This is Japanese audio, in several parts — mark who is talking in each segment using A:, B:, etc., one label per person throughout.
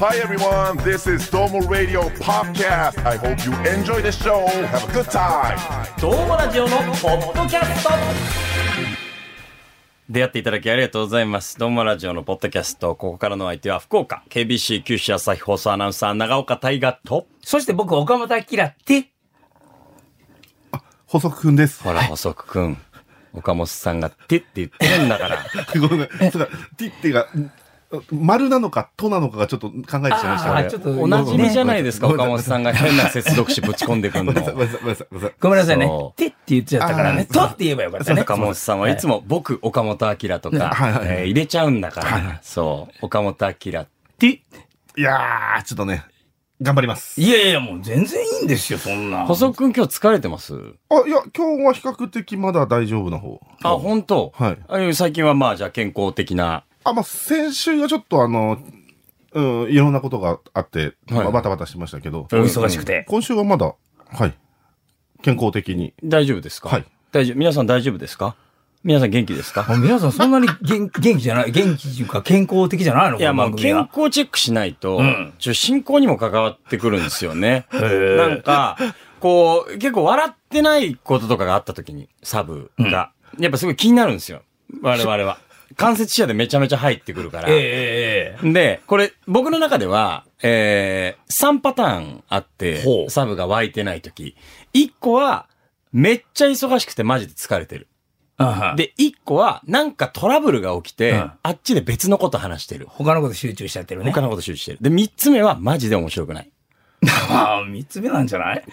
A: Hi everyone, this is Domo Radio Podcast. I hope you enjoy the show. Have a good time.
B: どうもラジオのポッドキャスト出会っていただきありがとうございます。どうもラジオのポッドキャスト。ここからの相手は福岡 KBC 九州朝日放送アナウンサー長岡大河と、
C: そして僕、岡本明って、
D: 細くんです。
B: ほら、細くくん。岡本さんがてって言ってるんだ から。
D: ごめんなさい。そうだ、ティッテが、ん丸なのか、となのかがちょっと考えてしまいました。
C: あ
D: 俺
C: ーちょっと
B: おなじみじゃない ですか、
D: ごめん
B: 岡
D: な
B: 本さんが変な接続詞ぶち込んでくん
D: ごめんなさい、
B: の。
D: ごめんなさい、ごめんなさい。
C: ごめんなさい
D: ごめんなさい
C: ね
B: そ。う
C: てって言っちゃったからね。
D: あー
C: とって言えばよかったね。
B: 岡本さんはいつも僕、岡本明とか、
D: はいはいはい
B: えー入れちゃうんだから。
D: はいはい
B: そう、岡本明って。
D: いやー、ちょっとね、頑張ります。
C: いやいや、もう全然いいんですよ、そんな。
B: 細くん今日疲れてます
D: あ、いや、今日は比較的まだ大丈夫な方。
B: あ、本当。
D: はい
B: あいう最近はまあ、じゃあ健康的な。
D: あ、まあ、先週がちょっとあの、うん、いろんなことがあって、まあバタバタしてましたけど、
C: お忙しくて。
D: 今週はまだ、はい、健康的に。
B: 大丈夫ですか
D: はい。
B: 大丈夫。皆さん大丈夫ですか皆さん元気ですか
C: あ皆さんそんなに元元気じゃない元気っていうか健康的じゃないの
B: いや、まあ、健
C: は。
B: 康チェックしないと
C: ん、
B: ちょ、進行にも関わってくるんですよね。なんか、こう、結構笑ってないこととかがあった時に、サブが。やっぱすごい気になるんですよ。我々は。関節視野でめちゃめちゃ入ってくるから
C: ええ。えええ
B: で、これ、僕の中では、えー、3パターンあって
C: ほ、う
B: サブが湧いてないとき。1個は、めっちゃ忙しくてマジで疲れてる。
C: え。あは
B: で、1個は、なんかトラブルが起きて、
C: うん
B: あっちで別のこと話してる。
C: 他のこと集中しちゃってるね。
B: 他のこと集中してる。で、3つ目はマジで面白くない。
C: ああ、三つ目なんじゃ ない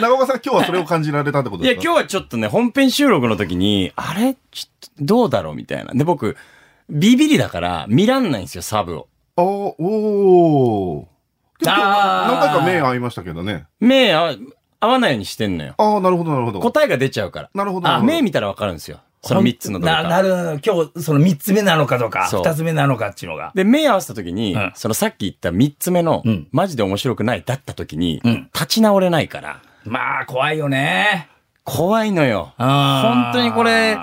D: 長岡さん、今日はそれを感じられたってこと
B: いや、
D: です
B: 今
D: か
B: 日はちょっとね、本編収録の時に、あれちょっと、どうだろうみたいな。で、僕、ビビリだから、見らんないんですよ、サブを。
D: あーおー。結構
C: あー
D: 何回か目合いましたけどね。
B: 目あ合わないようにしてんのよ。
D: ああ、なるほど、なるほど。
B: 答えが出ちゃうから。
D: なるほど。な
B: あ、
D: るほど
B: 目見たらわかるんですよ。その3つのどれ
C: な、な
B: か。
C: るほど。今日、その三つ目なのかとか、
B: そう
C: 二つ目なのかっていうのが。
B: で、目合わせた時に、
C: うん
B: そのさっき言った3つ目の、
C: うん
B: マジで面白くないだった時に、
C: うん
B: 立ち直れないから、
C: まあ、怖いよね。
B: 怖いのよ。
C: あ
B: 本当
C: ー
B: にこれ、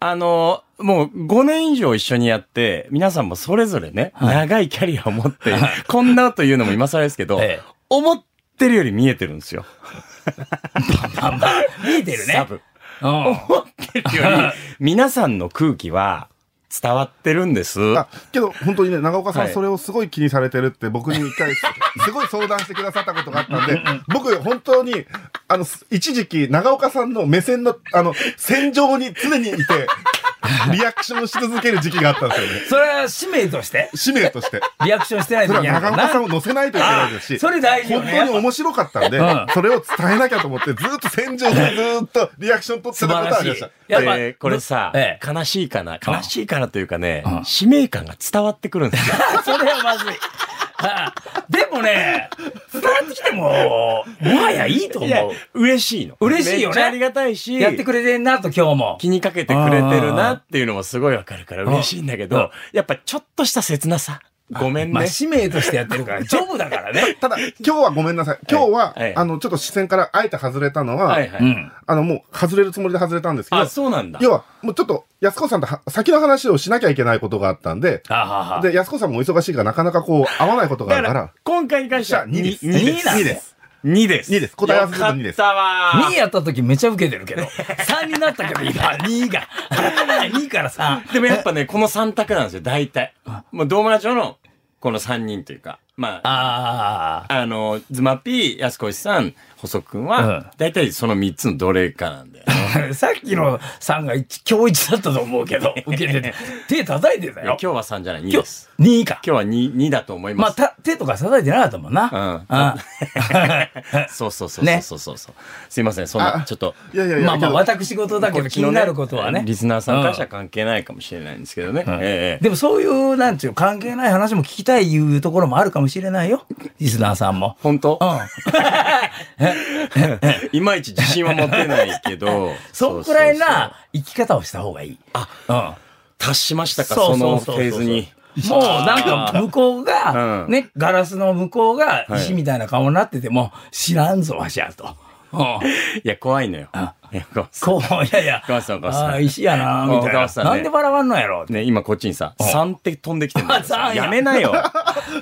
B: あの、もう5年以上一緒にやって、皆さんもそれぞれね、長いキャリアを持って、こんなこと言うのも今更ですけど、
C: ええ
B: 思ってるより見えてるんですよ。
C: まあまあ、 見えてる
B: 多
C: ね。
B: 分
C: うん。
B: 思ってるより、 皆さんの空気は伝わってるんです。
D: あ、けど本当にね、長岡さ
B: は
D: ん
B: い
D: それをすごい気にされてるって僕に一回、すすごい相談してくださったことがあったんで、僕本当に、あの、す一時期長岡さんの目線の、あの、戦場に常にいて、リアクションし続ける時期があったんですよね。
C: それは使命として、
D: 使命として。
C: リアクションしてない
D: そ
C: と
D: れ
C: いけ
D: は
C: ないか
D: 長
C: らな
D: 岡さんを乗せないといけないですし。
C: それ大事よ
D: 本
C: ね。
D: 当に面白かったんで、
C: うん
D: それを伝えなきゃと思って、ずっと戦場でずっとリアクション取ってたことはありました
C: 素晴らしい。やっぱ
B: でこれさ、
C: ええ
B: 悲しいかな、悲しいかなというかね、
C: うん
B: 使命感が伝わってくるんですよ。
C: それはまずい。あでもね、伝わってきても、もはやいいと
B: いや
C: 思う。、
B: 嬉しいの。
C: 嬉しいよね
B: めっちゃありがたいし、
C: やってくれてんなと今日も。
B: 気にかけてくれてるなっていうのもすごいわかるから嬉しいんだけ
C: うん
B: ど、やっぱちょっとした切なさ。ごめん
C: まあ、
B: ね。
C: 使命としてやってる から、ジョブだからね。
D: ただ、今日はごめんなさい。今日は、
B: はいはい
D: あの、ちょっと視線からあえて外れたのは、
B: はいは
C: う
B: い。
C: ん。
D: あの、もう外れるつもりで外れたんですけど
B: あ、、そうなんだ。
D: 要は、もうちょっと、安子さんとは先の話をしなきゃいけないことがあったんで、
C: あはは。
D: で、安子さんもお忙しいから、なかなかこう、合わないことがあ
B: だ
D: る
B: か
D: からら、、
B: 今回に関しては
D: じゃあ二です
B: 二
D: 二です
B: なんだ
D: 二です。
B: 2です。
D: 二です答え合わせすると二です
B: よかったわー
C: 2やった時めちゃ受けてるけ ど。3になったけど、今、2が。2から3。
B: でもやっぱね、この3択なんですよ、大体。もう、ドームラジオの、この3人というか、まあ、
C: あ
B: あの、ズマピー、安越さん、細くんは、大体その3つのどれかなんだよ。
C: あ。さっきの3が一今日1だったと思うけ ど、受けてて。手叩いてた
B: いや
C: よ
B: 今。日は3じゃない、2
C: 今
B: です
C: 日。、2か。
B: 今日は 2, 2だと思い
C: ま
B: ま
C: あ、
B: す。
C: た、手とか叩いてなかったもんな。
B: うん
C: あ
B: そうそうそうそう
C: ね
B: そうそうそう。すいません、そんな、
D: あ
B: ちょっと。
D: いやいやいや、
C: まあまあ、
D: けど
C: 私事だけど気になることはね。
B: リスナーさんからし
C: う
B: たら関係ないかもしれないんですけどね。ええ
C: でもそういう、なんちゅう、関係ない話も聞きたいいうところもあるかもしれないよ。リスナーさんも。
B: 本当
C: うん。。
B: いまいち自信は持てないけど
C: そんくらい
B: そうそうそう
C: な生き方をした方がいい。あ、うん。
B: 達しましたか、
C: そ
B: そ
C: うそう
B: の
C: そ
B: フ
C: うそう
B: ェーズに。
C: もうなんか向こうが、
B: うん
C: ね、ガラスの向こうが
B: はい
C: 石みたいな顔になってても、知らんぞ、わしゃと。
B: いや、怖いのよ。いや怖い
C: こう、いやいや。
B: 川瀬さん川瀬さん
C: ああ、石やな、みたい
B: 川
C: な。
B: 瀬さんね
C: なんで笑わんのやろ。
B: ね、今こっちにさ、3って飛んできてるんだよ
C: あ三や
B: やめなよ。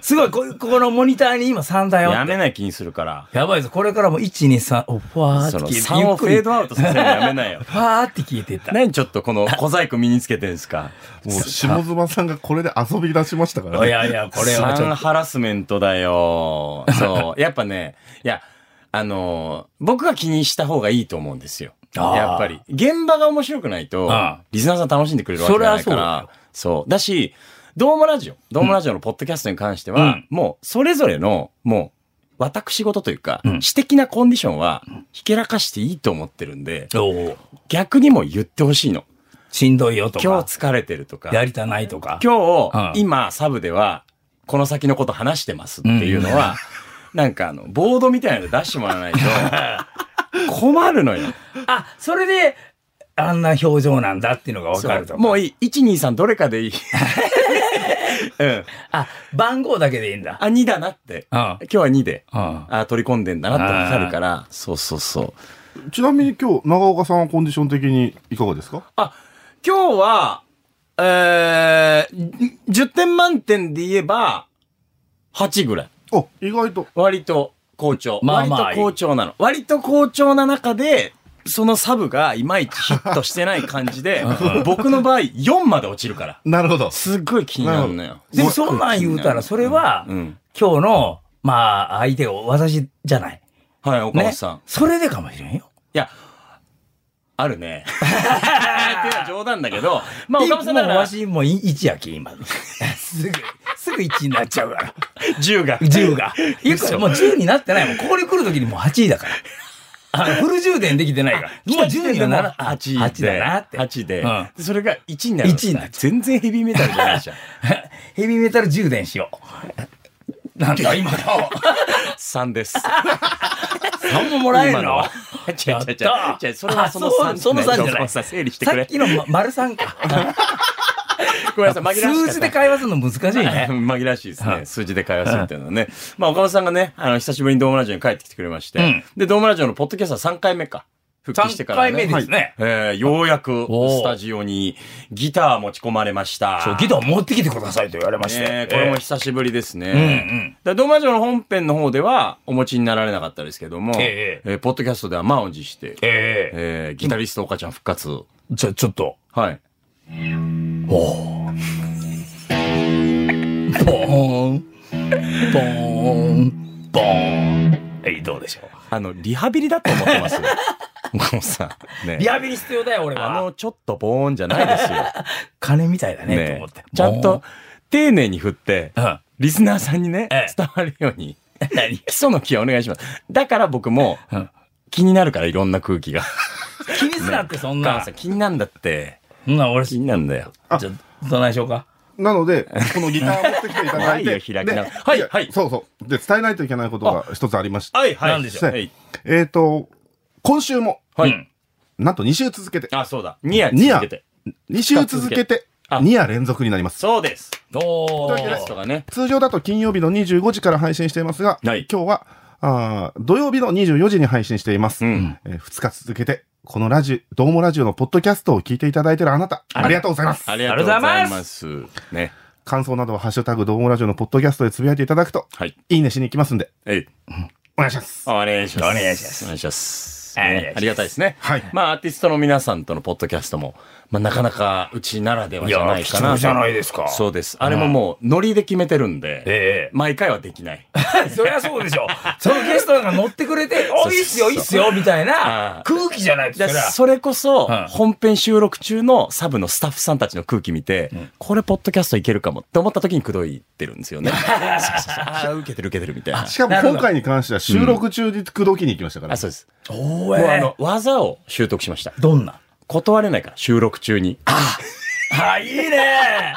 C: すごい、こ、ここのモニターに今3だよ。
B: やめない気にするから。
C: やばいぞ。これからも1、2、3、お、ふわーって
B: その
C: 消えて
B: 3をフェ
C: ゆっ
B: ー
C: く
B: ドアウトさせるのやめなよ
C: り。ふわーって消え てった。
B: 何ちょっとこの小細工身につけてるんです か。
D: もう下妻さんがこれで遊び出しましたから
C: い
D: ね。
C: やいや、こ
B: こ
C: れ
B: れ
C: は
B: は
C: ちょっ
B: ハラスメントだよ。 そう。やっぱね、いや、あのー僕が気にした方がいいと思うんですよ。
C: あー
B: やっぱり。現場が面白くないと
C: ああ、
B: リスナーさん楽しんでくれるわけじゃないから。
C: それはそうだ
B: そう。だし、ドームラジオ、ドームラジオのポッドキャストに関しては、
C: うん
B: もう、それぞれの、もう、私事というか、
C: うん
B: 私的なコンディションは、ひけらかしていいと思ってるんで、
C: と。おう
B: 逆にも言ってほしいの。
C: しんどいよと
B: 今
C: か。
B: 日疲れてるとか。
C: やりたないとか。
B: 今
C: うん
B: 日、今、サブでは、この先のこと話してますっていうのは、 なんかあの、ボードみたいなの出してもらわないと、 困るのよ。
C: あ、それで、あんな表情なんだっていうのがわかると
B: そう
C: か。
B: もういい。1、2、3どれかでい い。うん。
C: あ、番号だけでいいんだ。
B: あ、2だなって。
C: うん
B: 今日は2で。
C: うん。
B: あ、取り込んでんだなってわかるから、そうそうそう。
D: ちなみに今日、長岡さんはコンディション的にいかがですか
B: あ、今日は、えー、10点満点で言えば、8ぐらい。
D: あ、意外と。
B: 割と好調。
C: まあまあ
B: 割と好調なの。割と好調な中で、そのサブがいまいちヒットしてない感じ で、僕の場合4まで落ちるから。
D: なるほど。
B: すっごい気になるのよ。
C: でもそんなん言うたら、それは、
B: うん。
C: 今日の、まあ、相手を私じゃない。
B: はい、岡
C: ね。
B: 本さん。い
C: それでかもしれんよ。
B: や、ある ね。っていうのは冗談だけど、まあ岡本さんだか
C: もう
B: ら
C: わし、もうい一やき、今。 すぐ、すぐ一になっちゃうから。
B: 10が。
C: 10が。 いや
B: 嘘
C: もう10になってないもん。ここに来るときにもう8位だから。あの、フル充電できてないから。もう10にはなら、あ
B: 8
C: 8だなって。
B: 8で
C: うん。
B: でそれが1になる。
C: 1になっちゃう
B: 全然ヘビーメタルじゃない じゃん。
C: ヘビーメタル充電しよう。なんだ、今の。
B: 3です。
C: 3ももらえる
B: 今の
C: の
B: は違う
C: や
B: 違う
C: った
B: 違う違うそれはその
C: あ
B: 3
C: そうその3じゃない
B: さ整理して
C: さ
B: く
C: っ
B: れ
C: きのま丸3か。
B: ごめんなさい紛らわしかった
C: 数字で会話するの難しいね。
B: 紛らわしいです
C: は
B: ね。
C: い
B: 数字で会話するっていうのはね。まあ、岡本さんがね、あの、久しぶりにドームラジオに帰ってきてくれまして。
C: うん
B: で、ドームラジオのポッドキャストは3回目か。復帰してから、ね。
C: 3回目ですね
B: はいえーようやく、
C: おー
B: スタジオにギター持ち込まれました。
C: そう、ギター持ってきてくださいと言われまして。
B: ねえこれも久しぶりですね。
C: うんうん
B: だからドームラジオの本編の方ではお持ちになられなかったですけども、
C: え
B: えーポッドキャストでは満を持して、
C: えええ
B: えーギタリスト岡ちゃん復活。
C: じゃ、ちょっと。
B: はい。
C: ポーン。ポーン。ポーン。えい、どうでしょう。
B: あの、リハビリだと思って ますよ。もうさ、ね。
C: リハビリ必要だよ、俺は。
B: あの、ちょっとボーンじゃない ですよ。
C: 金みたいだね、と
B: ね
C: 思って。
B: ちゃんと、丁寧に振って
C: う、ん。
B: リスナーさんにね、
C: ええ
B: 伝わるように、
C: 何
B: 基礎の気をお願いします。だから僕も
C: うん、
B: 気になるから、いろんな空気が。
C: 気にすなって、そん
B: お
C: な
B: 母。さん気になんだって。
C: そんな、俺、
B: 気
C: じ
B: になんだよ。
C: ゃ、どないしようか。
D: なので、このギターを持ってきていただい
B: ない
D: て。
B: よ開き直る
D: で
B: はい
D: や
B: はい
D: そうそう。で、伝えないといけないことが一つありまして。
B: はい、はい。
C: なんでしょ
D: う
B: はい。
D: えっと、今週も、
B: は
C: うん
B: い。
D: なんと2週続けて、
B: あ、そうだ。ニヤ
D: ニヤ
B: 続けて。
D: 2週続けて、
B: あ
D: 2夜連続になります。
B: そうです。
C: お
D: というわ
B: ゲスト
C: ー。
B: がね。
D: 通常だと金曜日の25時から配信していますが、
B: はい
D: 今日はあー土曜日の24時に配信していま
B: う
D: す、
B: ん
D: え2日続けてこのラジドーモラジオのポッドキャストを聞いていただいているあなたありがとうございます
B: ありがとうございます。ね。
D: 感想などは「ハッシュタグドーモラジオ」のポッドキャストでつぶやいていただくと
B: はい。
D: いいねしに行きますんで
B: えい。
D: お願いします
B: お願いします。
C: お願いします
B: お願いします。
C: お願いし
B: ね
C: ます
B: ありがたいですね。
D: はい
B: まあ、アーティストの皆さんとのポッドキャストも、まあ、なかなかうちならではじゃないかな。
C: いや貴重じゃないですか
B: そうです。あれももう、ノリで決めてるんで、
C: え
B: 毎回はできない。
C: え。そりゃそうでしょ。そのゲストが乗ってく れて、お、いいっすよ、いいっすよ、みたいな
B: あー
C: 空気じゃないと、そ
B: で
C: りゃ。
B: それこそ
C: うん、
B: 本編収録中のサブのスタッフさんたちの空気見て、これ、ポッドキャストいけるかもって思った時に、くどいってるんですよ ね。そうそうそうああ、受けてる受けてるみたいな。
D: しかも今回に関しては収録中に口説きに行きましたから、
B: あ、そうです。
C: お
B: もう、あ
C: ー
B: の、技を習得しました。
C: どんな
B: 断れないから、収録中に。
C: あ、いいね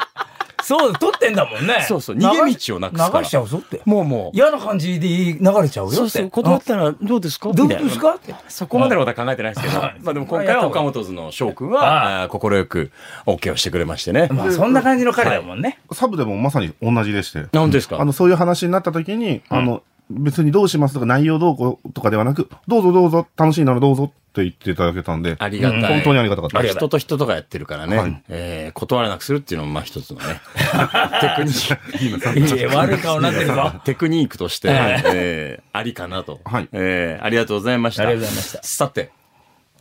C: そう、撮ってんだもんね。
B: そうそう逃げ道をなくすから
C: 流しちゃうぞって。
B: もうもう、
C: 嫌な感じで流れちゃうよって。
B: そうそう、断ったらどうですか
C: うんどう
B: み
C: い
B: た
C: う
B: い
C: こと
B: な
C: ですかって。
B: そこまでのことは考えてないですけど、
C: はい
B: まあでも今回は岡本図の翔くんは、快く OK をしてくれましてね。
C: まあ、そんな感じの彼だもんね。
D: サブでもまさに同じでして
B: なんです
D: あ
B: か
D: のそういう話になった時に、あの別にどうしますとか内容どうこうとかではなく、どうぞどうぞ、楽しいならどうぞって言っていただけたんで、
B: ありがたい。
D: 本当にありがたかった
B: まあ人と人とがやってるからね、
D: はい
B: えー断らなくするっていうのも、まあ一つの ね、テクニック。
C: いや悪い顔になってるぞ。あ
B: テクニックとして、
C: はい
B: えーありかなと、
D: はい
B: えーありがとうございました。
C: りがとうございました。
B: さて、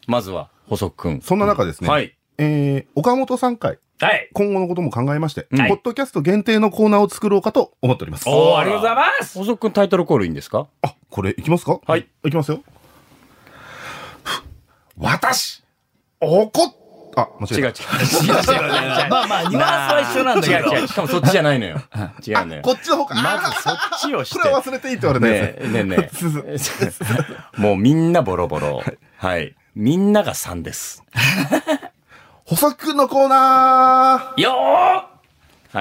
B: まずは、細くん。
D: そんな中ですね、
B: はい。
D: えー、岡本さん会、
C: はい。
D: 今後のことも考えまして、
C: はい
D: ポッドキャスト限定のコーナーを作ろうかと思っております。
C: おー、ありがとうございます。
B: 細くんタイトルコールいいんですか
D: あ、これ、いきますか
B: はい。
D: いきますよ。私、怒っ、あ、間
B: 違う
D: 違
B: 違う。違
D: え
B: う
D: た。
C: まあまあ、ニュアンスは一緒なんだけど。
B: 違う違う。しかもそっちじゃないのよ。違うのよ。
D: こっちの方か。
B: まず
D: あ
B: そっちをし
D: ー
B: て。
D: これは忘れていいって言われたや
B: ね
D: つ。
B: え、ねえね
D: すす
B: え。 もうみんなボロボロ。はい。みんなが3です。
D: 補足のコーナ
C: よ
B: は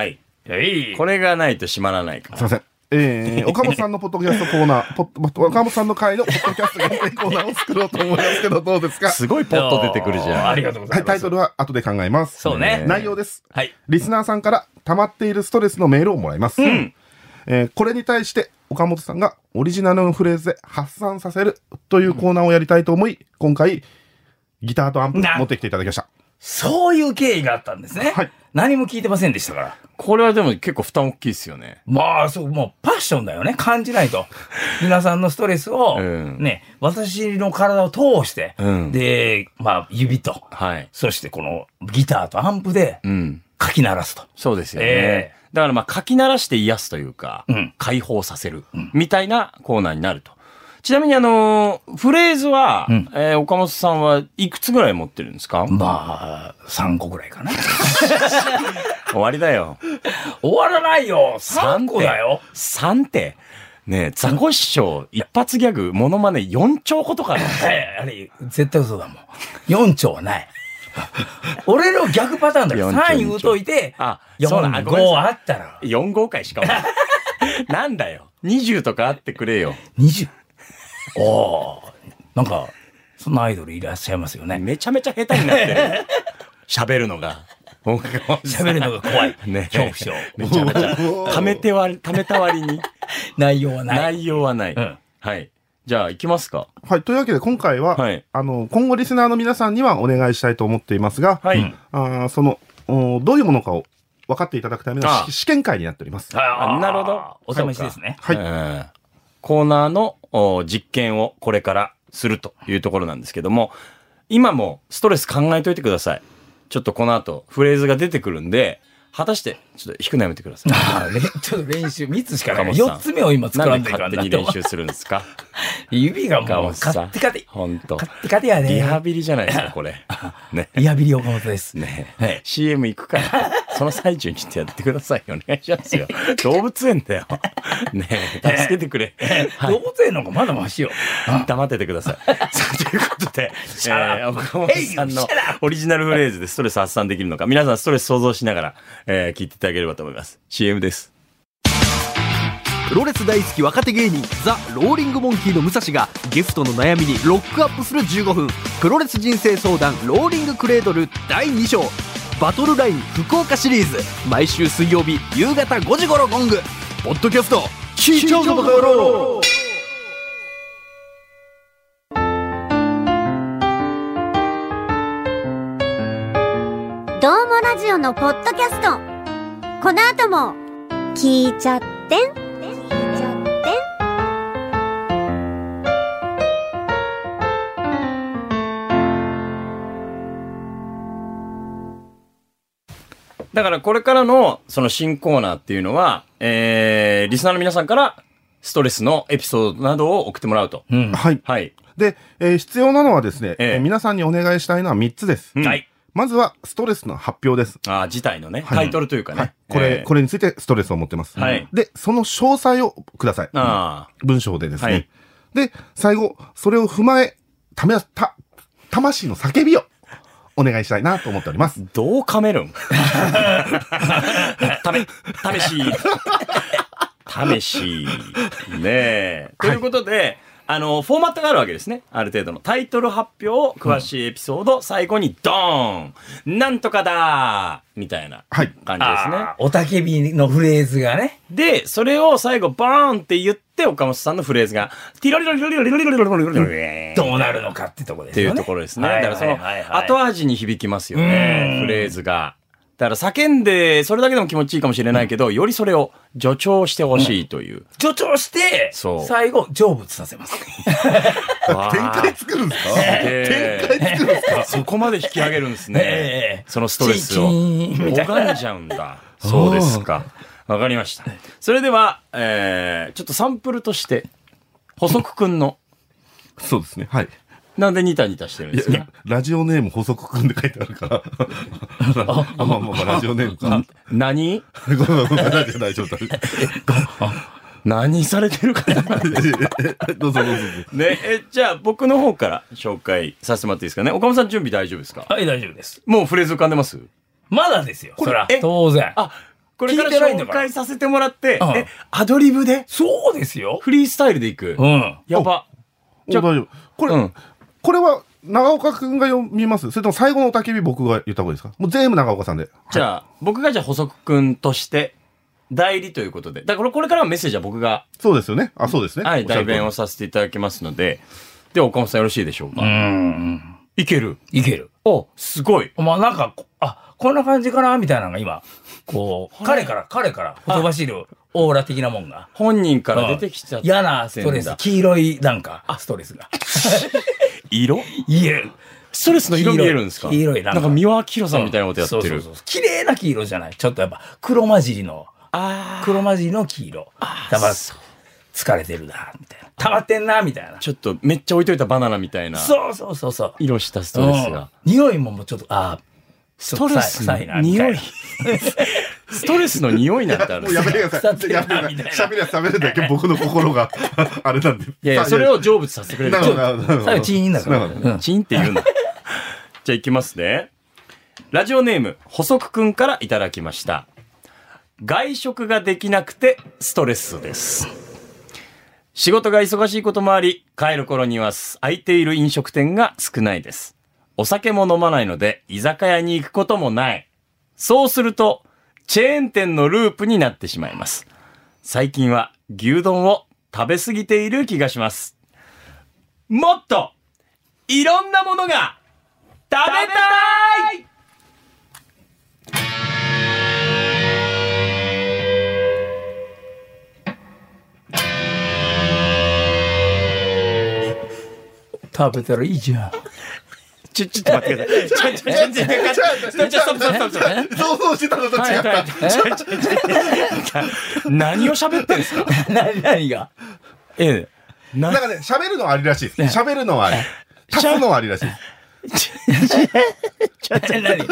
B: い。
C: ーはい。
B: これがないと閉まらないか
D: ー
B: ら。
D: すいません。えー、岡本さんのポッドキャストコーナー、ポッド岡本さんの会のポッドキャスト限定コーナーを作ろうと思いますけど、どうですか
B: すごいポッと出てくるじゃん。
C: ありがとうござ
D: はいい、タ
C: ま
D: イ
C: す。
D: トルは後で考えます。
C: そうね。
D: 内容です。
C: はい。
D: リスナーさんから溜まっているストレスのメールをもらいます。えーこれに対して、岡本さんがオリジナルのフレーズで発散させるというコーナーをやりたいと思い、今回、ギターとアンプ
C: な
D: 持ってきていただきました。
C: そういう経緯があったんですね。
D: はい
C: 何も聞いてませんでしたから。
B: これはでも結構負担大きいですよね。
C: まあ、そう、もうパッションだよね。感じない と。皆さんのストレスを、
B: うん
C: ね、私の体を通して、
B: うん
C: で、まあ、指と、
B: はい。
C: そしてこのギターとアンプで
B: うん。
C: かき鳴らすと。
B: そうですよね。
C: え
B: だからまあ、かき鳴らして癒すというか、
C: うん
B: 解放させる、みたいなコーナーになると。ちなみにあのーフレーズは、
C: うん
B: えー岡本さんはいくつぐらい持ってるんですか、
C: まあ、3個ぐら いかな。
B: 終わりだよ。
C: 終わらないよ !3 個だよ
B: 3って。ねえ、ザコシショウ、一発ギャグ、モノマネ4兆個とかある
C: はい、あれ、絶対嘘だもん。4兆 はない。俺の逆パターンだから、
B: 四兆
C: 3言うといて、
B: あそうだ
C: 4、
B: あごめんな
C: 5
B: さ
C: あったら、
B: 4号回しかも。 なんだよ。20とかあってくれよ。
C: 20。おーなんか、そんなアイドルいらっしゃいますよね。
B: めちゃめちゃ下手になってる。喋るのが。喋
C: 喋るのが怖い。
B: ね
C: 恐怖症。
B: めちゃめちゃ。ためてわり、ためたわりに。
C: 内容はない。
B: 内容はない。
C: うん
B: はい。じゃあ、行きますか。
D: はい、というわけで今回は、
B: はい
D: あの、今後リスナーの皆さんにはお願いしたいと思っていますが、
B: はい。
C: うん
D: あーその、おどういうものかを分かっていただくための
B: ああ
D: し試験会になっております。
C: あー
B: なるほ
C: お
B: ど
C: 試しですね。
D: はい
B: うんコーナーのお実験をこれからするというところなんですけども、今もストレス考えといてください。ちょっとこの後フレーズが出てくるんで、果たして、ちょっと弾くのやめてください。
C: あーれちょっと練習、3つしかない。
B: 岡本さん
C: 4つ目を今 作
B: な
C: ら
B: ん
C: ん
B: で
C: でいかん
B: 勝手
C: な
B: に
C: と
B: 練
C: 思う
B: 習するんですか
C: 指が
B: 岡
C: もう、
B: 本さん。
C: 勝手勝手。
B: ほんと。
C: 勝手勝手やね。
B: リハビリじゃないですか、こ れ。ね。
C: リハビリ岡本です。
B: ね
C: はい
B: CM 行くから、その最中にちょっとやってください。お願いします よ。動物園だよ。ねえ助けてく れ。はい
C: 動物園の方がまだマシよ。
B: 黙っててくだ さい。さあ、ということで、えー、
C: ラッ
B: 岡本さんのオリジナルフレーズでストレス発散できるのか、皆さんストレス想像しながら、えー聞いていただければと思います。CM です。
E: プロレス大好き若手芸人ザ・ローリングモンキーの武蔵がゲストの悩みにロックアップする15分プロレス人生相談ローリングクレードル第2章バトルライン福岡シリーズ毎週水曜日夕方5時頃ゴングポッドキャスト聞いちゃうぞバカ野郎
F: どうもラジオのポッドキャストこの後も聞いちゃってん聞いちゃってん
B: だから、これからの、その新コーナーっていうのは、えー、リスナーの皆さんから、ストレスのエピソードなどを送ってもらうと。
C: うん。
D: はい。
B: はい。
D: で、えー必要なのはですね、
B: ええ
D: えー皆さんにお願いしたいのは3つです。
B: うん
C: はい。
D: まずは、ストレスの発表です。
B: あー自体のね、
D: はい
B: タイトルというかね。
D: はい、これ、
B: えー
D: これについてストレスを持ってます。
B: はい
D: で、その詳細をください。
B: あ
D: 文章でですね。
B: はい
D: で、最後、それを踏まえ、ため、た、魂の叫びをお願いしたいなと思っております
B: ー。どう噛めるんため、試し。試し。ねえ。ということで、あの、フォーマットがあるわけですね。ある程度の。タイトル発表、詳しいエピソード、最後にドーンなんとかだーみたいな
D: は
B: 感
D: い
B: じですね。
C: あーおたけびのフレーズがね。
B: で、それを最後、バーンって言って、岡本さんのフレーズが、ティロリロリロリロリロリロリロリロリロリ
C: どうなるのかってとこで
B: っ
C: す
B: てい
C: よね。
B: うところですね。
C: は
B: だ
C: い
B: か
C: はい
B: ら
C: は
B: その
C: いはい、
B: 後味に響きますよね、
C: うん
B: フレーズが。だから叫んで、それだけでも気持ちいいかもしれないけど、よりそれを助長してほしいという。
C: 助長して、
B: そう
C: 最後、成仏させます。
B: わ
D: 展
B: あ
D: 開作るんですか
B: えーそこまで引き上げるんですね
C: え。え
B: そのストレスを。
C: チーキーンみたいな
B: 拝んじゃうんだ。そうですか。わかりました。それでは、えー、ちょっとサンプルとして、補足くんの、
D: そうですね。はい。
B: なんでニタニタしてるん
D: い
B: です
D: や
B: か、
D: ラジオネーム補足くんで書いてあるから。あ、 まあまあ、ラジオネームか。
B: 何
D: ごめんごめんごめん、大丈夫大丈夫。大丈
B: 何されてるかな
D: 夫どうぞどうぞ。
B: ね、え、じゃあ僕の方から紹介させてもらっていいですかね。岡本さん準備大丈夫ですか
C: はい、大丈夫です。
B: もうフレーズ浮かんでます
C: まだですよ。
B: これ
C: そら
B: え、
C: 当然。
B: あ、これから
C: 聞いてないんだ
B: 紹
C: から
B: 介させてもらって
C: う、ん
B: え、アドリブで
C: そうですよ。
B: フリースタイルでいく
C: う。ん。
B: やば。
D: お大丈夫。これ、
B: うん
D: これは、長岡くんが読みますそれとも最後のおたけび僕が言った方がいいですかもう全部長岡さんで。
B: じゃあ、僕がじゃあ補足くんとして、代理ということで。だからこれからはメッセージは僕が、
D: そうですよね。あ、そうですね。
B: はい、
D: おっしゃ
B: 代
D: る通り
B: 弁をさせていただきますので。では、岡本さんよろしいでしょうか。
C: うん。
B: いける。
C: いける。
B: お、すごい。
C: まあなんかこ、あ、こんな感じかなみたいなのが今、こう、彼から、彼から、ほとばしるオーラ的なもんが。
B: 本人から出てきちゃった。
C: 嫌なストレス。黄色い、なんか、ストレスが。
B: 色
C: いえ。
B: ストレスの色見えるんですか
C: 黄色い
B: な
C: なんん
B: か
C: か
B: 三輪明宏さんみたいなことやってる。
C: そうそうそう綺麗な黄色じゃない。ちょっとやっぱ、黒混じりの、
B: あ
C: 黒混じりの黄色。だから、疲れてるな、みたいな。溜まってんな、みたいな
B: あ、。ちょっとめっちゃ置いといたバナナみたいな。
C: そうそうそうそう。
B: 色したストレスが。
C: うん匂いももうちょっと、あー
B: ストレスの匂い。 ストレスの匂 いなんてあるん
D: も
B: で
D: う
B: す
D: や
B: よ
D: めてくだ
C: 腐
D: さ
C: って
D: い。
C: る
D: や
C: な
D: めてください
C: みたいな。
D: 喋りゃ喋るだけ僕の心が あれなんで。
B: いやいや、それを成仏させてくれる
D: な。るほど。なるほど
C: 最後チーンだから。
D: なるほ
C: うん
B: チンって言う な。じゃあ行きますね。ラジオネーム、細くくんからいただきました。外食ができなくてストレスです。仕事が忙しいこともあり、帰る頃には空いている飲食店が少ないです。お酒も飲まないので、居酒屋に行くこともない。そうすると、チェーン店のループになってしまいます。最近は牛丼を食べ過ぎている気がします。もっといろんなものが食べたい
C: 食べたらいいじゃん。
B: ちょ、ちょっと待ってください。ちょ、ちょ、ちょ、ちょ、ちょ、ちょ、ストップストップストップ
D: ど。想像してたのと違った。
B: 何を喋ってんですか
C: 何、何が
B: ええ。
D: なんかね、喋るのはありらしいです。喋るのはあり。立つのはありらしいです。
C: 何思っ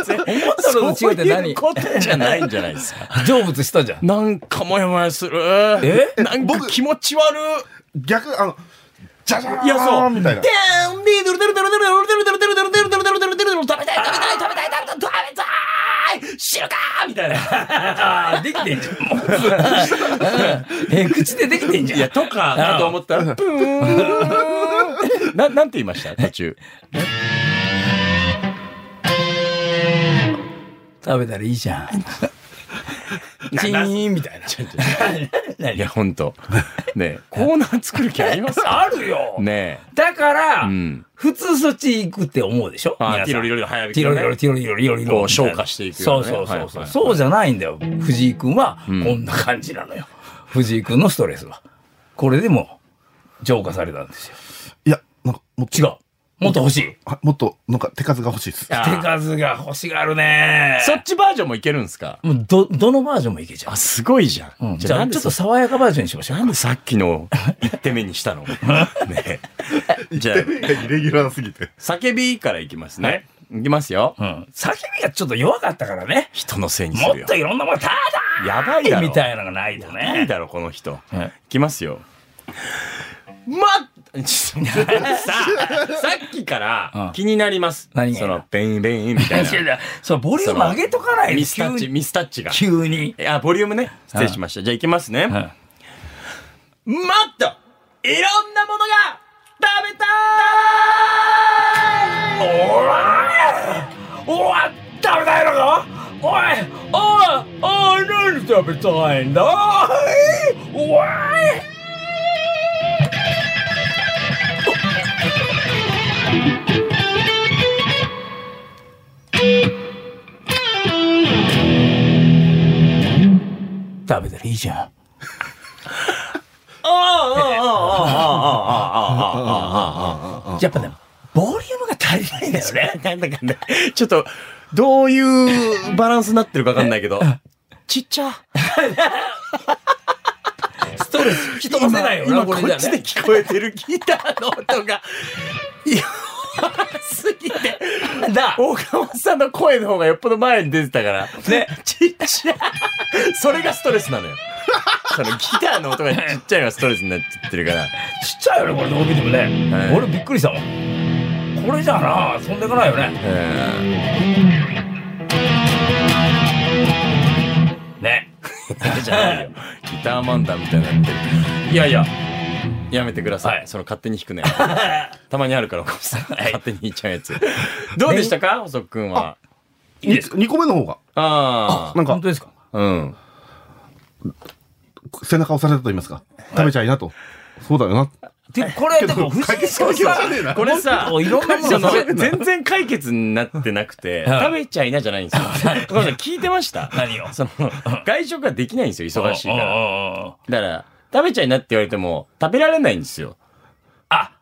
C: た
B: そ
C: のと違うって
B: うい
C: 何
B: うことじゃないんじゃないですか。
C: 成仏したじゃん。
B: なんかもやもやする。
C: え
B: なんか
D: 僕
B: 気持ち悪
D: 逆、あの、じゃじゃ
B: いやそ
D: ー
B: うん
D: みたいな。
C: あーできてんじゃんもう。うんえー口でできてんじゃ
B: い
C: ん。
B: や、とか、だと思ったら、プーン。な、なんて言いました途中。
C: 食べたらいいじゃん。チーンみたいな。何
B: いや、ほんと。ねえコーナー作る気ありますか
C: あるよ。
B: ね
C: だから、
B: ん
C: 普通そっち行くって思うでしょ
B: あー
C: 皆さん
B: ティロリロリロ早引き
C: ティ
B: の
C: ロ
B: ね
C: リロリティロリロリロリロ
B: こう消化していくよ
C: そう
B: ね
C: そうそうそ。
B: はいはいうはい
C: そうじゃないんだよ。藤井君は、こ
B: ん
C: んな感じなのよ。藤井君のストレスは。これでも、浄化されたんですよ。
D: いや、なんか、もう
C: 違う。もっと欲しい。
D: あもっと、なんか手数が欲しいです。
B: え。
C: 手数が欲しがるね
B: そっちバージョンもいけるんですか
C: もうど、どのバージョンもいけちゃ
B: あ、すごいじゃ。
C: う。うんん、じゃ
B: な
C: あ、
B: んで
C: ちょっと
B: そ
C: 爽やかバージョンにしましょう
B: なんでさっきの1手目にしたのねえじゃあ、
D: イレギュラーすぎて。
B: 叫びからいきますね。いきますよ。
C: うん。叫びがちょっと弱かったからね。
B: 人のせいにす
C: も
B: る
C: っ
B: よ
C: と。いろんなもの、ただ
B: やばいだろ。
C: みたいなのがないとね。
B: いいだろ、この人。
C: はい
B: いきますよ。まっさあ、さっきから気になります。
C: 何が
B: その、ベインベインみたい
C: いやい
B: な。
C: やそう、ボリューム上げとかないと
B: ミスタッチ、
C: 急に
B: ミスタッチが。
C: 急に。
B: あ、ボリュームね。失礼しました。じゃあいきますね。もっといろんなものが
C: 食べたいおらおわ食べたいのかおいおいおい何食べたいんだおいおい食べたらいいじゃん。やっぱね、ボリュームが足りないんだよね。
B: なんだかんだ。ちょっと、どういうバランスになってるかわかんないけど。ちっちゃ。
C: ストレス引き飛ばせないよな、
B: 今
C: こ
B: こ
C: れじゃ
B: っちで
C: ね。
B: 聞こえてるギターの音が、
C: すぎて。だ、
B: 大川さんの声の方がよっぽど前に出てたから。
C: ね、
B: ちっちゃ。それがストレスなのよ。そのギターの音がちっちゃいのがストレスになっちゃってるから。
C: ちっちゃいよね、これどう見てもね。
B: はい
C: 俺びっくりしたもん。これじゃあな、そんでかないよね。
B: うん
C: ね。
B: じゃないよ。ギターマンダみたいになってる。いやいや、やめてください。
C: はい
B: その勝手に弾くね。たまにあるから、お母さん。勝手に弾いちゃうやつ。どうでしたか細くくんは。
C: いいですか
D: 2個目の方が、
B: あ
D: なん か
C: 本当、ですか
B: あ。うん。
D: 背中押されたと言いますか。食べちゃいなと。そうだよな。
C: で、これ、
D: け
C: で
D: ど
C: も、不思
D: 解
C: 議
D: 決策じゃねえな
B: これさ、
C: いろんなも
B: そ
C: の
B: の
C: が
B: 全然解決になってなくて、
C: はい
B: 食べちゃいなじゃないんですよ。お母さん聞いてました
C: 何を
B: その、外食ができないんですよ、忙しいから。
C: ら。
B: だから、食べちゃいなって言われても、食べられないんですよ。
C: あ、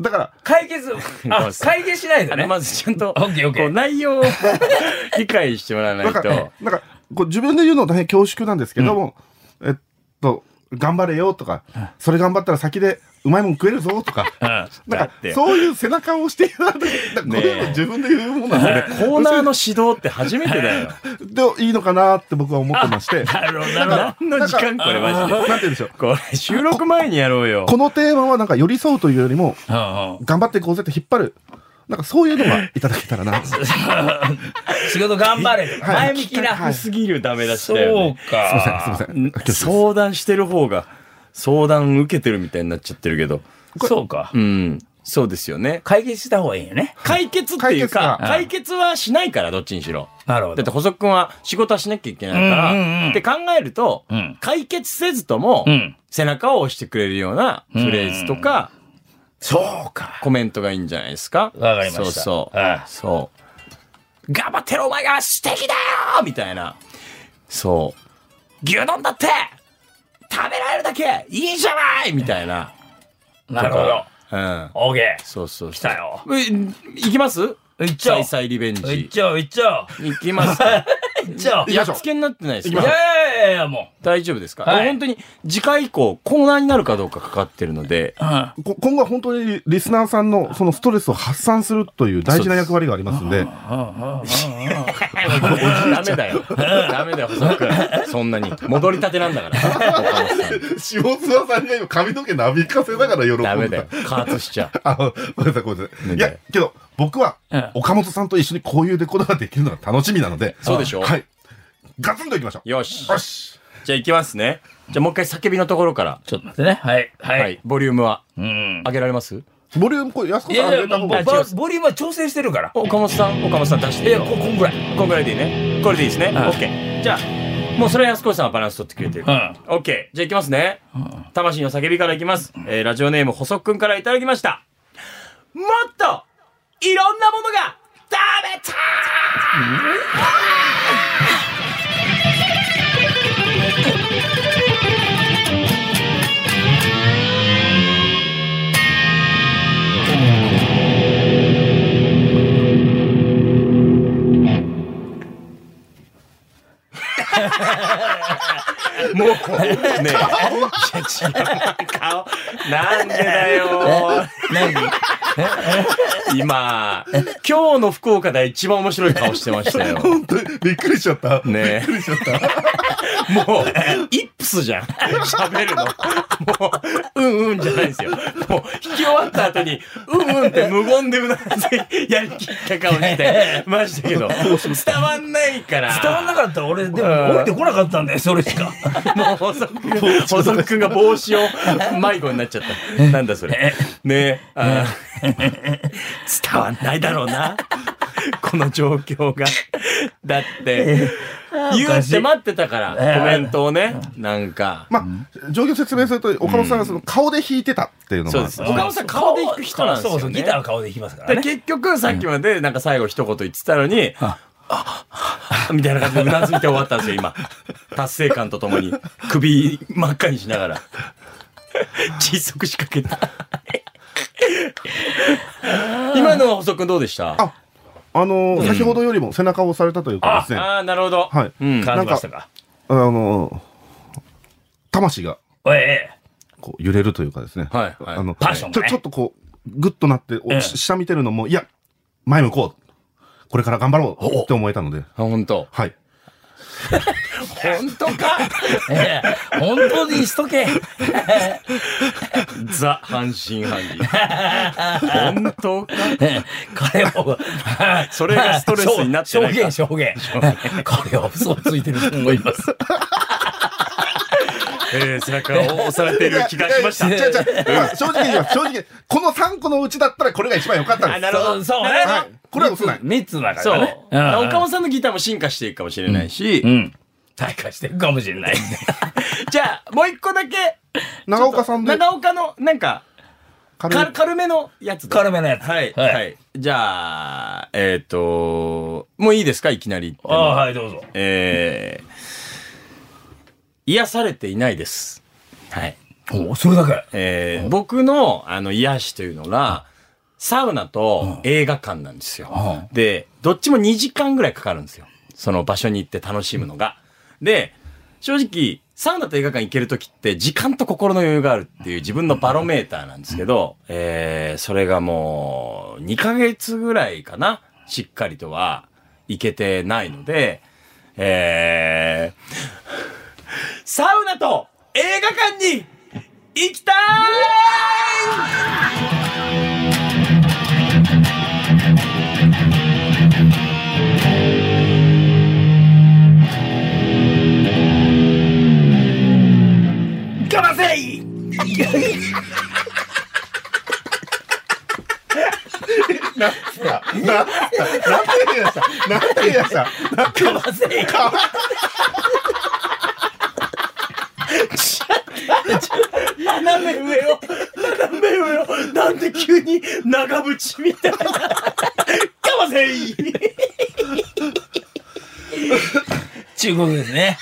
D: だから、
C: 解 決、あ、解決しない
B: あ
C: と
B: れ、
C: ね。
B: まずちゃんと、
C: オッケーオッケー
B: こう内容を理解してもらわな
D: ない んか、
B: と。
D: なんか、こう自分で言うの大変恐縮なんですけども、えっと、頑張れよとか、それ頑張ったら先でうまいもん食えるぞとか、
C: うん
D: なん
B: だ
D: か
B: って、
D: そういう背中を押していただく、なんかこれも自分で言うもんなんで、ね、
B: コーナーの指導って初めてだ よ。
D: でいいのかなって僕は思ってまして、
C: なるほど、なるほど。
B: 何の時間これマジで。
D: なんて言うんでしょう。
B: これ収録前にやろうよ。
D: このテーマはなんか寄り添うというよりも、
C: うんうん
D: 頑張っていこうぜって引っ張る。なんかそういうのがいただけたらな。
C: 仕事頑張れとか、
D: はい
C: 前向きな。
B: 高すぎるダメ出し
C: そう
B: だよね。
D: すい
C: か
D: ま。せん、恐縮ですい
B: 相談してる方が、相談受けてるみたいになっちゃってるけど。
C: そうか
B: う。ん。そうですよね。
C: 解決した方がいいよね。
B: 解決っていうか
D: 解決が、
B: 解決はしないから、どっちにしろ。
C: なるほ
B: だって、。細くんは仕事はしなきゃいけないか
C: うんうんう
B: ら、
C: ん
B: って考えると
C: うん、
B: 解決せずとも
C: うん、
B: 背中を押してくれるようなフレーズとか、
C: そうか。
B: コメントがいいんじゃないですか。
C: わかりました
B: そうそう
C: ああ。
B: そう。頑張ってるお前が素敵だよみたいな。そう。牛丼だって食べられるだけいいじゃないみたいな。
C: なるほど。
B: うん。
C: オーケ
B: そうそうそう。
C: 来たよ
B: え。いきます
C: ー。いっちゃお
B: 再
C: う。
B: 々リベン
C: いっ
B: ジ。
C: ちゃおう、いっちゃ
B: いきます。
C: おう。いっちゃおう。い
D: きま
B: や
D: しょう
B: っつけになってないです
C: や
B: よ
C: い。やいやいや、も
B: 大丈夫ですか、
C: はい
B: 本当に次回以降コーナーになるかどうかかかってるので、
C: う。うん。
D: こ今後は本当にリスナーさんのそのストレスを発散するという大事な役割がありますんで、
B: ダメだよ。 ダメだよ、細く。そんなに。戻りたてなんだから。
D: 塩沢さんが今髪の毛なびかせながら喜んだ
B: ダメだよ。加圧しちゃう。
D: あ、ごめんなさい、ごめんなさい。いや、けど、僕は
C: うん、
D: 岡本さんと一緒にこういうレコードができるのが楽しみなので。
B: そうでしょ
D: はい。ガツンといきましょう。
B: よし。
D: よし。
B: じゃあ行きますね。じゃあもう一回叫びのところから。
C: ちょっと待ってね。はい。は
B: はいい。。ボリュームは
C: うん。
B: 上げられます
D: ボリューム、これ、安子
C: い
D: さん
C: やい
D: 上
C: や、
D: げた
C: も
D: 方
C: う
D: が
C: ば
D: いいです
C: ボリュームは調整してるから。
B: お岡本さん、岡本さん出して
C: い
B: いい
C: や、
B: よ。
C: こ、こんぐらい。
B: こんぐらいでいいね。これでいいですね。オ
C: はい
B: ッケー。じゃあ、もうそれは安子さんはバランス取ってくれてる。
C: う
B: オ
C: ん
B: ッケー。じゃあ行きますね。魂の叫びからいきます。えーラジオネーム細くんからいただきました。もっといろんなものが食べたもう、ねえ。いや違う顔。なんでだよ。
C: 何
B: 今、今日の福岡で一番面白い顔してましたよ。
D: 本当にびっくりしちゃった。
B: ね
D: びっくりしちゃった。
B: もう、イップスじゃん。喋るの。もう、うんうんじゃないですよ。もう、引き終わった後に、うんうんって無言でうなずいて、やりきった顔してましたけど、伝わんないから。
C: 伝わんなかった俺、でも降りてこなかったんだよ、それしか。
B: もう細くん、 細くんが帽子を迷子になっちゃった。なんだそれ。ねえ。あー 伝わんないだろうな。この状況が。だって、言うって待ってたから、コメントをね。なんか。
D: まあ、状況説明すると、岡本さんがその顔で弾いてたっていうのも
B: そ
D: あ
B: う
D: る
B: です。岡本さん顔で弾く人なんです
C: そう
B: よ
C: そう、
B: ね。
C: ギターは顔で弾きますから
B: で
C: ね。
B: 結局さっきまでなんか最後一言言ってたのに、ああみたいな感じでうなずいて終わったんですよ、 今。達成感とともに、首真っ赤にしながら。窒息しかけ た。今の補足どうでしたあ
D: ああのー、先ほどよりも背中を押されたというかですね、あ
B: あー、なるほど。
D: はい
B: うん。
C: 感じましたか。
D: のー、魂が
C: おい、え
D: こう揺れるというかですね、
B: はいはい
D: あの
C: パッションがね
D: ちょちょっとこう、ぐっとなって、
C: ええ
D: おし下見てるのも、いや、前向こう。これから頑張ろうって思えたので、
B: あ、本当。
D: はい。
B: 本当か
C: えええ本当にしとけ。
B: ザ・半信半疑。本当か
C: 彼を、
B: それがストレスになってないか
C: 証証言、証言。彼は嘘をついてると思います。
B: えー、背中を押されている気がしました
D: い。やいや違う違うまあ正直に言います。正直、この3個のうちだったらこれが一番良かったん です。
B: あなるほど
C: そうね
B: なるほど
D: はい。これは嘘ない。
C: 三つだか
B: そう。
C: らね。んん
B: 岡本さんのギターも進化していくかもしれないし、
C: うん。退化していくかもしれない。
B: じゃあ、もう一個だけ、
D: 長岡さんで
B: 長岡の、なんか、
D: 軽い
B: か軽めの やつで
C: 軽めのやつ。
B: はい、
C: は
B: はいい。じゃあ、えっ、と、もういいですかいきなり。
C: ああ、はい、どうぞ。
B: えー、癒されていないです。はい。
C: おそれだけ。
B: えー僕のあの癒しというのが、サウナと映画館なんですよ。
C: う
B: で、どっちも2時間ぐらいかかるんですよ。その場所に行って楽しむのが。で、正直、サウナと映画館行けるときって時間と心の余裕があるっていう自分のバロメーターなんですけど、えー、それがもう2ヶ月ぐらいかなしっかりとは行けてないので、えー、サウナと映画館に行きたー
C: ガバセイ
D: なんて言い出したなんて言い出した
C: ガバセイ
B: い斜め上を、斜め上を、なんで急に長渕みたいな。かませい
C: ちゅうことですね。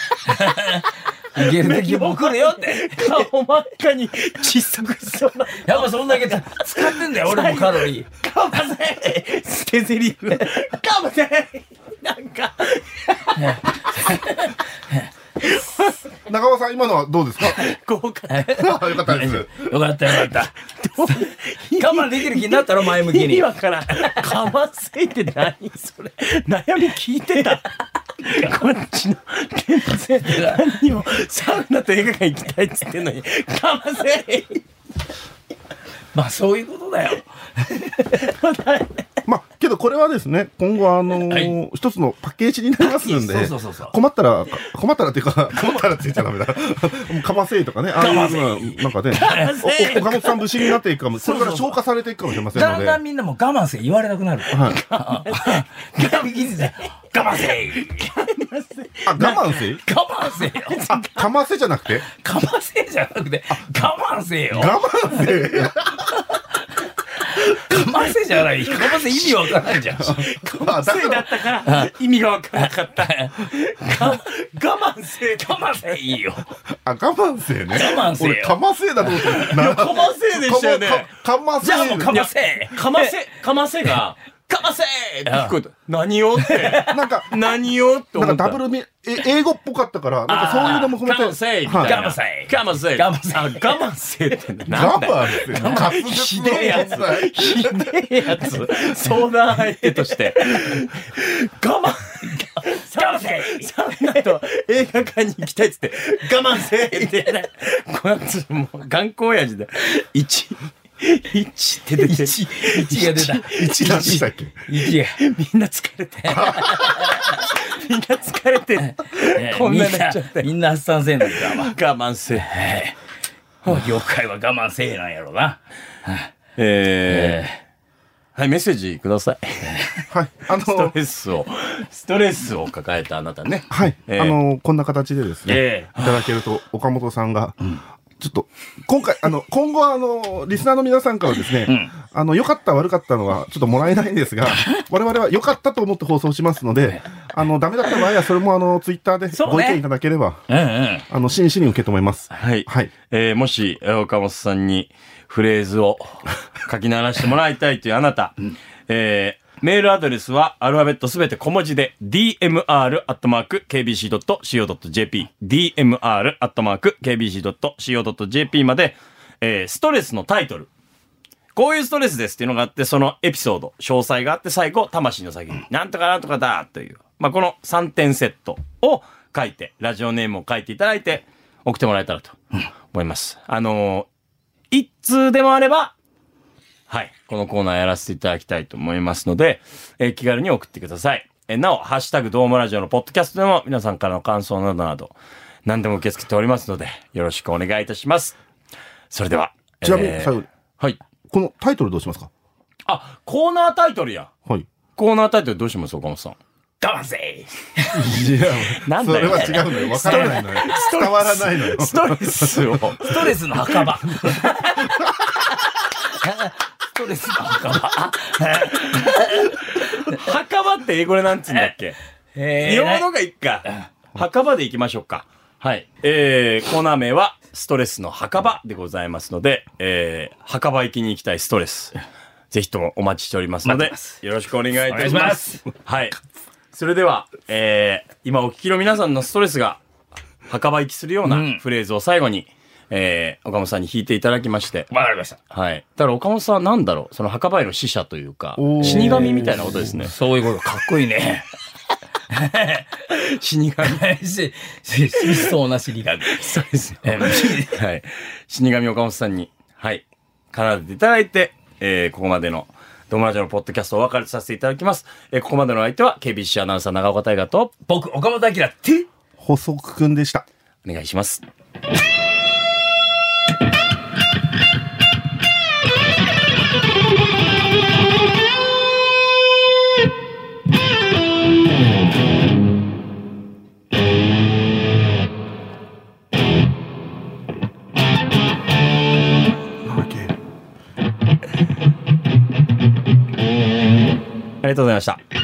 C: いけるときも来るよって。
B: 顔真っ赤に窒息しそうな。
C: やっぱそんだけ使ってんだよ、俺もカロリー。
B: かませ捨てゼリフ。かませなんか、
D: 長尾さん、今のはどうですか
B: 豪華 な。
D: あよかったです。
C: よかったよかった。我慢できる気になったろ、前向き
B: 意
C: に
B: 味。わからん。かませって何それ。悩み聞いてた。 こっちの、全然何にも、サウナと映画館行きたいっつってんのに、かませ
C: まあそういうことだよ。
D: まあ、けどこれはですね、今後、あのー一つのパッケージになりますん
C: そう
D: で
C: そうそうそう、
D: 困ったら、困ったらっていうか、困ったらって言っちゃダメだ。もうかませいとかね、ああいうのはなんかね、お岡本さん武士になっていくかも、それから消化されていくかもしれません
C: だ
D: の
C: ん
D: で。
C: だんみんなも我慢せい言われなくなる。
D: はい、
C: 我慢せい。我慢せ い。
D: あ、我慢せい
C: 我慢せいよ。
D: あ、かませじゃなくて
C: 我慢せいじゃなくて、我慢せいよ。
D: 我慢 せい。
C: 我慢せいじゃない。我慢せい意味わからんじゃん。
D: あ、だから
B: だったから、意味がわからなかった。
C: 我慢せい。我慢せいいいよ。
D: あ、我慢せいね。
C: 我慢せいよ
D: 俺、かませいだと思って。な
B: かませでしたよね。
D: かませ
C: じゃあもう我慢せい。
B: かませ、かませ が、かませって聞こえた。何をって、
D: なんか、
B: 何をって
D: なん
B: 思
D: か
B: った。
D: ダブルみ、え英語っぽかったから、なんかそういうのも込めて。
B: かませみ
D: は
B: たいな。
D: い
C: 我慢せい
B: かませ
C: 我慢せい
B: あ、我慢せってな
D: 我
B: んだよ。
D: 慢せい。滑舌
B: ひでえやつ。ひでえやつ。相談相手として。我慢。
C: 我慢せい。
B: サウナっと映画館に行きたいっつって、我慢せえって。こやつもう頑固親父で、一一って出てる。
C: 1が出た。
D: 一なんでしたっけ
C: 1が。
B: みんな疲れて。 みんな疲れて。こんなになっちゃって
C: みんな、みんな発散せえなんだ。
B: 我慢せえ。
C: はい。業界は我慢せえなんやろな。
B: えーはい、メッセージください。
D: はい。あ
B: スト
D: の、
B: レスを、ストレスを抱えたあなたね。
D: はい。
B: えー
D: あの、こんな形でですね。
C: え
D: いただけると、岡本さんが、ちょっと、今回、あの、今後、あの、リスナーの皆さんからですね、あの、良かった、悪かったのは、ちょっともらえないんですが、我々は良かったと思って放送しますので、あの、ダメだった場合は、それも、あの、ツイッターで
C: そうね
D: ご意見いただければ、
C: え。うんうん。
D: あの、真摯に受け止めます。
B: はい。
D: はい。
B: えーもし、えー岡本さんにフレーズを書き鳴らしてもらいたいというあなた、えーメールアドレスはアルファベットすべて小文字で dmr.kbc.co.jp dmr.kbc.co.jp まで、えーストレスのタイトル。こういうストレスですっていうのがあって、そのエピソード、詳細があって、最後、魂の先に、なんとかなんとかだという、まあ、この3点セットを書いて、ラジオネームを書いていただいて、送ってもらえたらと思います。あのー一通でもあれば、はい、このコーナーやらせていただきたいと思いますので、えー気軽に送ってください。えーなお、ハッシュタグドームラジオのポッドキャストでも皆さんからの感想などなど、何でも受け付けておりますので、よろしくお願いいたします。それでは。
D: ちなみに
B: えー
D: 最後に
B: はい。
D: このタイトルどうしますか
B: あ、コーナータイトルや。
D: はい。
B: コーナータイトルどうします岡本さん。
C: 我慢せえ。
B: なん
D: そ
B: だ
D: れ
B: よ
D: は。違うのよ。わからないのよ。伝わらないのよ。
B: ストレスを。
C: ストレスの墓場。ストレスの墓場。
B: 墓場って英語でなんつうんだっけ
C: え
B: 用のがいっか。墓場で行きましょうか。はい。えー、コーナー名は、ストレスの墓場でございますので、えー、墓場行きに行きたいストレス。ぜひともお待ちしておりますの
C: 待
B: で
C: ってます、
B: よろしくお願いいたし
C: お願い
B: ま
C: しますす。
B: はい。それでは、えー、今お聞きの皆さんのストレスが、墓場行きするよう
C: う
B: なんフレーズを最後に、えー、岡本さんに弾いていただきまして、
C: わかりました。
B: はい。だから岡本さんはなんだろうその墓場への死者というか、
D: おー
B: 死神みたいなことです ね。
C: そういうこと、かっこいいね。
B: 死神。
C: し、し、しそうな死神。
B: そうですね。 はい。死神岡本さんに、はい。奏でていただいて、えーここまでの、ドムラジオのポッドキャストをお別れさせていただきます。えーここまでのお相手は、KBC アナウンサー長岡大河と、
C: 僕、岡本明って、
D: 細くくんでした。
B: お願いします。
D: なんだっけ
B: ありがとうございました。